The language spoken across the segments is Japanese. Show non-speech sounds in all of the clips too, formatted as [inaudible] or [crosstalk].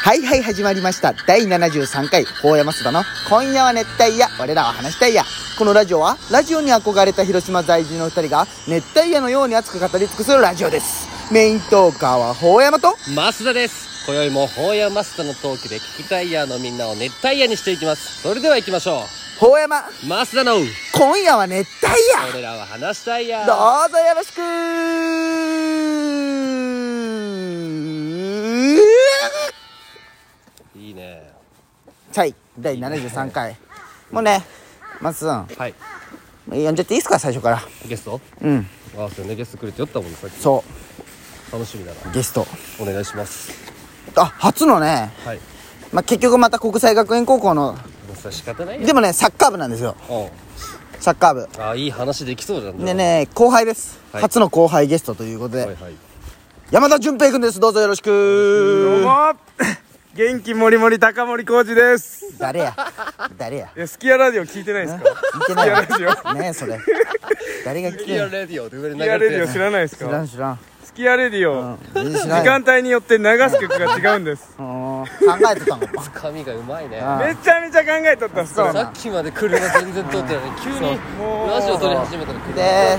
はいはい始まりました。第73回、高山須田の今夜は熱帯夜、我らは話したいや。このラジオは、ラジオに憧れた広島在住の二人が、熱帯夜のように熱く語り尽くすラジオです。メイントーカーは、法山と、増田です今宵も法や増田のトークで聞きたいやのみんなを熱帯夜にしていきますそれでは行きましょ法山、う増田の今夜は熱帯夜俺らは話したいやどうぞよろしくいいねはい、第73回。もうね、マスさん、はい呼んじゃっていいですか、最初から。ゲストうん、ああそうねゲスト来るって言ったもんねさっきそ楽しみだなう、ゲスト。お願いしますあ、初のね、はいまあ、結局また国際学園高校の、もうさ仕方ないよでもね、サッカー部なんですよ。うサッカー部。んああいい話できそうだでね、後輩です。はい初の後輩ゲストということで、はいはい山田純平くんです。どうぞよろし [laughs] どうくも元気もりもり高森浩二です誰や誰やいやスキヤラジオ聞いてないですか見てないいやラジわ。ねえ、それ。誰が聞いやくレディオって上にスキヤレディオ知るらないです知らんか知らん。スキヤレディうんオ、全然知ら時んよ。間帯によって流す曲が違うんですうん考えてたのか。髪がうまいねあめちゃめちゃ考えとったっすそうよさっきまで車全然通ってないのに急にもうラジオ撮り始めたら車で、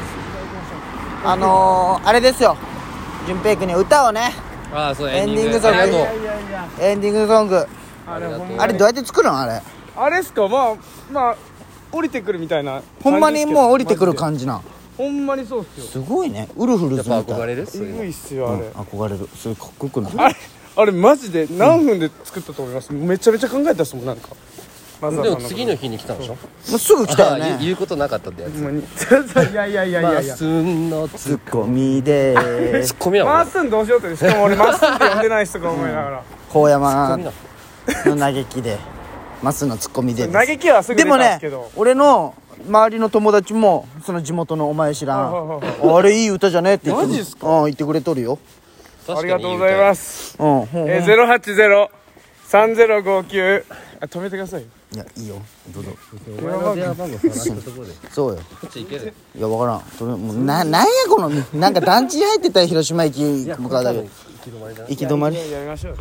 あのー、あれですよ。純平くんに歌をね、ああそうエエンンディディンングソグンあグりがとうエンディングソング。あれほんまあれどうやって作るのあれ。あれっすかまあまあ降りてくるみたいなほんまにもう降りてくるじ感じなん。ですけどマジでほんまにそうっすよすごいね。ウルフルやズっみたぱい。憧れるそうえいうぐのいっすよあれ、うん憧れる。それかっこよくないあれあれマジで何分で作ったと思います、めちゃめちゃ考えたっすもんなんかマザーでもさんのこと次の日に来たんでしょもうすぐ来たよああ言うね。言うことなかったってやつほんまに [laughs] いやいやいやいまやっいやすんのツツッコミで [laughs] ッコミやマもッんスンどうしようってしかも俺マッスンって呼んでない人か思いながら、高ツッコ山ミだの嘆きで、マスのツッコミ [laughs] でです。嘆きはすぐで出もたんでねすけど、俺の周りの友達も、その地元のお前知らんはいは。あれいい歌じゃねって言って。マジっすうん、言ってくれとるよ。ありがとうございすますうん、ほんほんえー、080 3059あ止めてくださいいや、いいよ。どうぞ。お前の電話番号探したところでそうよ。こっち行けるいや、わからん。それもうな、なんやこの、なんか団地に入ってたよ広島駅向かうだけ。行き止まり。やりましょう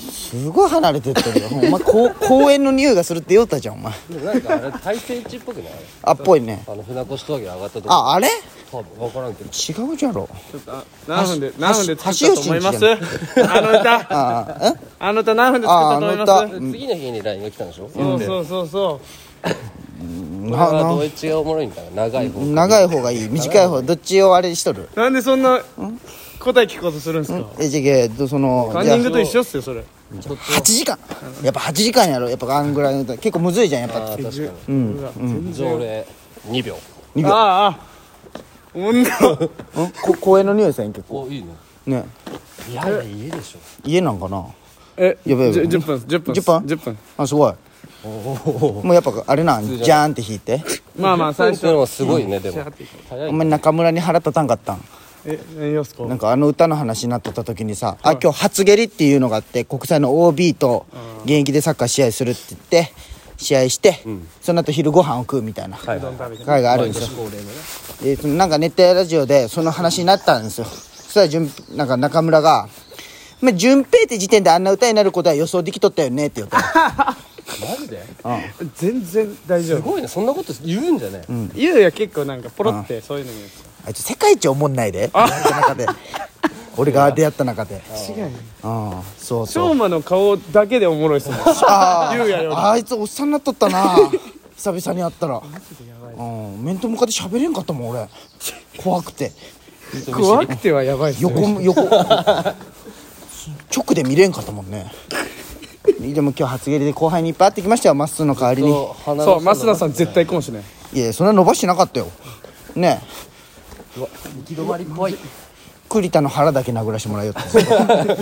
すごい離れてってるよ。お前、こう公園の匂いがするって言おったじゃん、お前。でもなんかあれ大戦地っぽくないあっぽいね。あの船越峠上がったとこあ、あれ多分分からんけど違うじゃろ。ちょっとあ何分で橋何分で作ったと思いますあの歌ああ、えあの歌何分で作ったと思いますああの歌で次の日に LINE が来たんでしょそうでそうそうそこれはどっちがおもろいんだろう長い方長い方がいい、短い方、どっちをあれしとるうなんでそんな答え聞こうとするんですかえ、じゃけ、どその、カンじゃニあングと一緒っすよそれ8時間。やっぱ8時間やろ。やっぱあんぐらいの歌。結構むずいじゃん、やっあぱ。あ確かにうわ条例2秒二秒あああ女んこ公園の匂いせん、結構。おいいねね。いやいや家でしょ家なんかなえやばいやばいじゅ10分10分10分10分あ、すごい。もうやっぱあれなん、じゃーんって弾いて。まあまあ最そういう初のはすごいねでも早おい前中村に腹立たんかったんえ何をすかなんかあの歌の話になっとった時にさ「あ今日初蹴りっていうのがあって国際の OB と現役でサッカー試合するって言って試合して、その後昼ご飯を食うみたいな会があるんですよ、でそのなんか熱帯ラジオでその話になったんですよそしたら順なんか中村が「まあ、順平って時点であんな歌になることは予想できとったよね」って言ったのマジで全然大丈すごいねそんなこと言うんじゃねえゆうや結構なんかポロってそういうのにあいつ世界一おもんないで俺の中で俺が出会った中で違うああそうそう翔馬の顔だけでおもろいっすもんあゆうやよりああいつおっさんになっとったな久々に会ったらうん面と向かって喋れんかったもん俺怖くて怖くてはやばいっすよ横も横直で見れんかったもんねでも今日初蹴りで後輩にいっぱい会ってきましたよまっすーの代わりにそう鼻そうの増田さん絶対かもしれないいやいやそんな伸ばしてなかったよねえ行き止まり怖い栗田の腹だけ殴らしてもらうよっ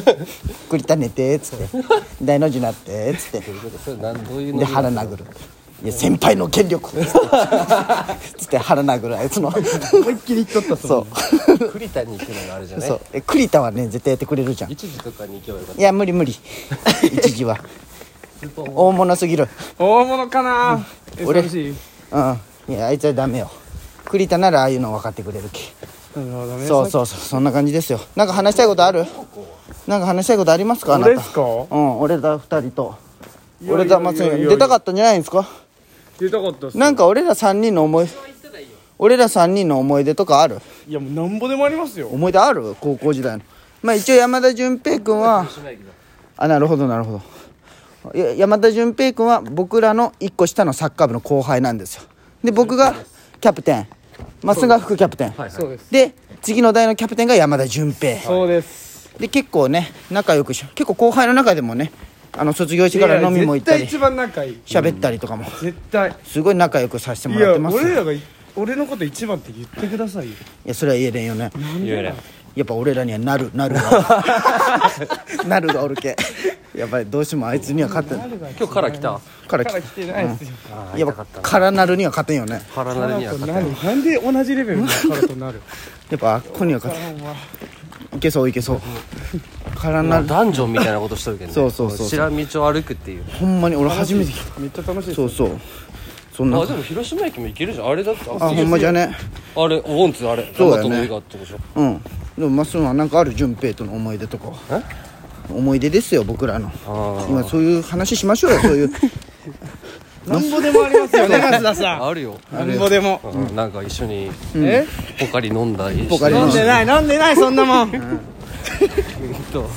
て [laughs] 栗田寝てーっつって大の字になってーっつってそれなんどういうで腹殴るいや先輩の権力つって腹殴るあいつの思いっきり言っとったそう栗田に行くのがあれじゃないそうえ栗田はね絶対やってくれるじゃんい一時とかに行けばよかったや無理 [laughs] 無理一時は大物すぎる大物かなえ俺寂しいうんいやあいつはダメよ栗田ならああいうの分かってくれるけなるほどねそうそうそうそんな感じですよなんか話したいことあるなんか話したいことありますかあなた俺っすかうん俺ら二人とい俺やいやいやらいや松井出たかったんじゃないんですか出たかったっすなんか俺ら三人の思い俺ら三人の思い出とかあるいやもうなんぼでもありますよ思い出ある高校時代のまあ一応山田純平君はあなるほどなるほどいや山田純平君は僕らの1個下のサッカー部の後輩なんですよで僕がキャプテン松が副キャプテンそうですで次の代のキャプテンが山田純平そうですで結構ね仲良くし結構後輩の中でもねあの卒業してから飲みも行ったいやいやり絶対一番仲いい喋ったりとかも絶対すごい仲良くさせていもらやってます俺いらがい俺のこと一番って言ってくださいよやそれは言えれんよね言えないやっぱ俺らにはなるなる [laughs] が [laughs] なるがおるけやっぱりどうしてもあいつには勝てん今日から来たからかきら来てないですよ、やっぱからなるには勝てんよね腹なりにはと勝なるなんで同じレベルのカラと [laughs] なるやっぱあっこには勝てんいけそういけそうからてななるダンジョンみたいなことしとるけどねそうそうそうそう知らん道を歩くっていうほんまに俺初めて聞いめっちゃ楽したいですそうそうそんなあでも広島駅も行けるじゃんあれだってあほんまじゃねあれウォンツあれそうだトよねの映画ってことでしょうんでもまっすーはなんかある順平との思い出とか思い出ですよ僕らのあ今そういう話しましょうよそういう [laughs] なんぼでもありますよね松田さあるよ、んなんぼでもうんなんか一緒にえポカリ飲んだりしてポカリ飲んでない飲んでないそんなもん飲ん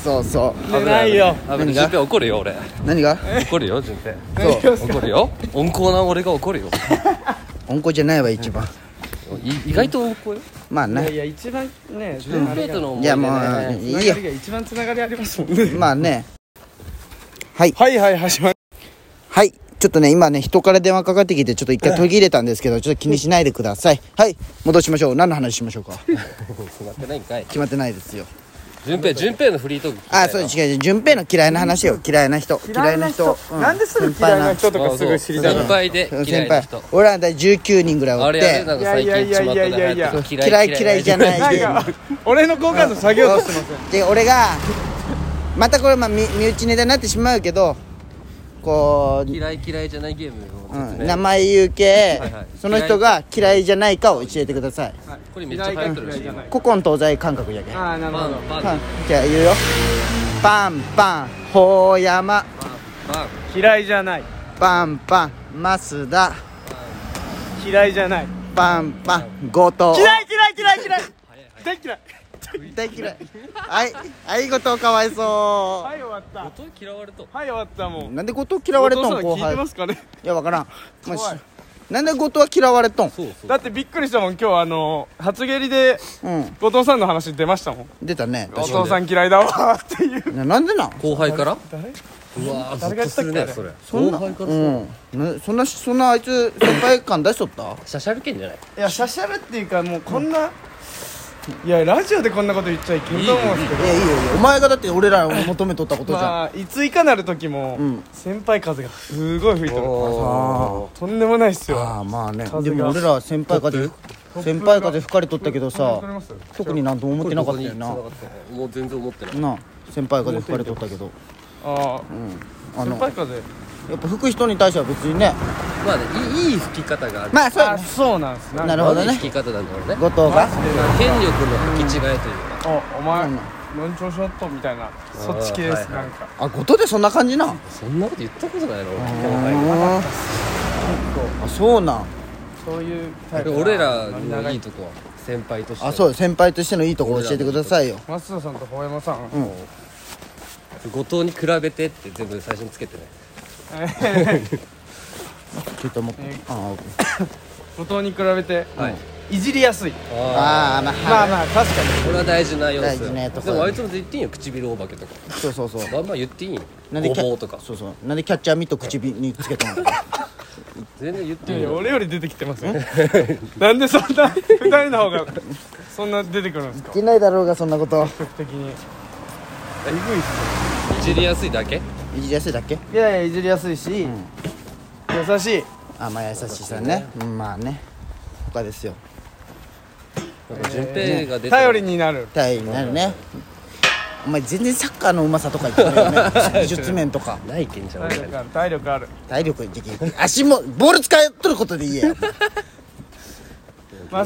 そうそでないよあでも順平怒るよ俺う何が怒るよ順平そう怒るよ温厚な俺が怒るよ温厚じゃないわ一番い意外と温厚よまあいやねいや一番ね順平との思いい出やねもうつないいがよりが一番つながりありますもんねまあねはいはい始まりはい。ちょっとね、今ね、人から電話かかってきて、ちょっと一回途切れたんですけど、ちょっと気にしないでください。はい。戻しましょう。何の話しましょう [laughs] か決まってないんかい決まってないですよ。順平順平のフリートーク聞きたいなあ、そう、違う違う。順平の嫌いな話よ。嫌いな人。嫌いな人。うんなんですぐ先嫌輩いな人とかすぐ知りたい先輩でうん嫌先いな輩人。俺らだい19人ぐらいおあっれあれて、なんか最近ちまたでい流行ったやいやいやいやいや嫌い嫌いじゃないなんか俺の好感度下げようとしてまで、俺が、またこれ、まあ、身身内ネタになってしまうけど、こう、嫌い嫌いじゃないゲームをう説ん、明名前言う系はいはい、その人が嫌いじゃないかを教えてください。これめっちゃ流行ってるらしい古今東西感覚じゃけん。ああなるバほンどバパンンバンじゃあ言うよパンパンほうやまバン嫌いじゃないパンパンマスダ嫌いじゃないパンパン後藤嫌い嫌い嫌い嫌い大嫌い大嫌いはいはい後藤かわいそはい終わったはい音嫌われと終わったもううなんで後藤嫌われとおん父後さん聞い輩てますかねいやわからんもうし怖いなんで後藤は嫌われとんそうそうだってびっくりしたもん今日あの初蹴りでうん後藤さんの話出ましたもん出たねお父さん嫌いだわーっていうななんでなん後輩から誰うわー誰ゾがッとやったすっけるねそそれん後な輩からうんなそんなそんなあいつ先輩感出しとったシャシャルけんじゃないいやしゃしゃるっていうかもうこんな、いやラジオでこんなこと言っちゃいけんと思うんですけどいやいいよいいよお前がだって俺らを求めとったことじゃん、まあいついかなる時も、ん先輩風がすごい吹いてるあとんでもないっすよああまあね風がでも俺ら先輩風先輩風吹かれとったけどさ吹かれますよ特になんとも思ってなかったよこなこに繋がってないもう全然思ってないなあ先輩風吹かれとったけどあああの先や輩風っぱ吹く人に対しては別にねまあねいいいい吹き方があるまあそうやあねそうなんすななるほほどいいね吹き方なんだろうね後藤が権力の履き違えというかおお前うん論調ショットみたいなそっち系ですあーはいはいなんかあ後藤でそんな感じなんそんなこと言ったことないの後輩にああそうなんそういうタイ俺プ俺らのいいとこは先輩としてあそうよ先輩としてのいいところ教えてくださいよ松田さんと大山さん、 [laughs] 後藤に比べてって全部最初につけてねちょっともうえあ後藤に比べて、はいいじりやすいあああままああまあ確かにこれは大事な要素大事なとこでもあいつも言っていいよ唇お化けとかそうそうそうバンバン言っていいよなんでごキャぼうとかそうそうなんでキャッチャーミット唇につけたの全然言っていいいやよ俺より出てきてますよ [laughs] なんでそんな二人の方がそんな出てくるんですかいないだろうがそんなこと積極的にえぐいっすいじりやすいだけいじりやすいだっけいやいやいじりやすいし、優しいあまあ優しさねうんまあね他ですよなんか順平が出て頼りになるタイになるねお前全然サッカーのうまさとか言ってないよ [laughs] ね技術面とかないけんじゃん体俺ら力ある体力ある体力的に足もボール使いとることでいいや増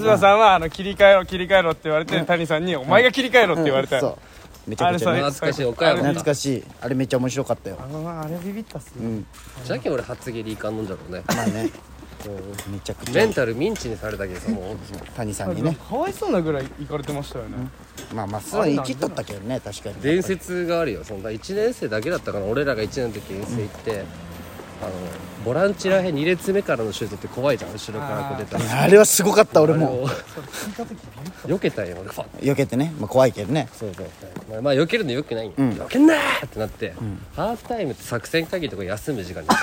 田さんはあの切り替えろ切り替えろって言われて谷さんにお前が切り替えろって言われたそうめちゃくちゃあれねさ懐かしい岡山懐かかしいあれめっちゃ面白かったよあのあれビビったっすね、じゃけん俺初蹴りいかんのんじゃろうねまあねめちゃくちメゃンタルミンチにされたけどさもう谷さあんれになんねかかわいそうなぐらい行かれてましたよね、まあまっすぐ生きとったけどね確かに伝説があるよその1年生だけだったから俺らが1年の時遠征行って、あのボランチらへん2列目からのシュートって怖いじゃん後ろからこう出たらあれはすごかった俺あれもを避けたんよ俺ファッ避けてね、まあ、怖いけどねそうそうまあ、まあ避けるのよくないんよ、避けんなーってなって、ハーフタイムって作戦会議とか休む時間にちょっ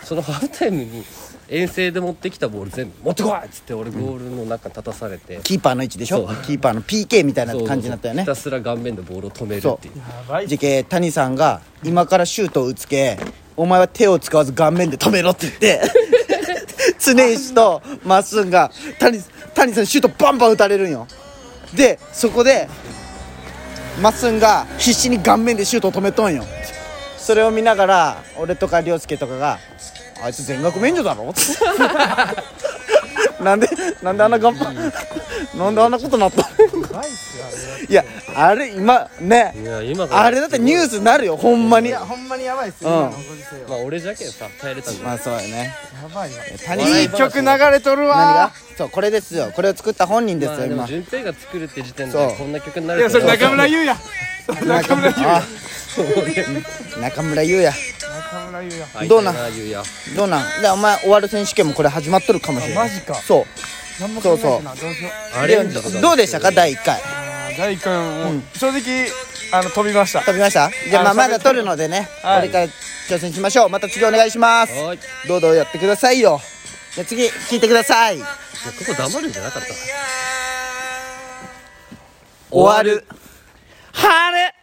と、そのハーフタイムに遠征で持ってきたボール全部持ってこいっつって俺ゴールの中に立たされて、キーパーの位置でしょキーパーの PK みたいなそうそうそう感じになったよねひたすら顔面でボールを止めるっていうやばいっすじけ谷さんが今からシュートを打つけお前は手を使わず顔面で止めろって言って常石とまっすんが谷谷さんにシュートバンバン打たれるんよでそこでまっすんが必死に顔面でシュートを止めとんよそれを見ながら俺とか涼介とかが「あいつ全額免除だろ?」ってなんでなんであんな頑張なんであんなことなったやばいっすよあれいやあれ今ねいや今からあれだってニュースになるよほんまにほんまにやばいっすよ、うん今のご時世はまあ俺じゃけんさ耐えれたんじゃなまいあそうやねやばいわ谷笑さんい話曲流れとる何がわそうこれですよこれを作った本人ですまよあ、でも今順平が作るって時点そうでこんな曲にないるやそれは中村優也中村あ中村優也中村優也会いたいどうなゆうやどうなんでお前終わる選手権もこれ始まっとるかもしれなあいマジかそう何も考えてなどうしようアレンジとかでどうでしたか第1回あー大君もう正直あの飛びました飛びましたじゃあまああそまうですだ取るのでねはいこれから挑戦しましょうまた次お願いしますはーいどうぞやってくださいよじゃあ次聞いてくださいここ黙るんじゃなかった終わる晴れ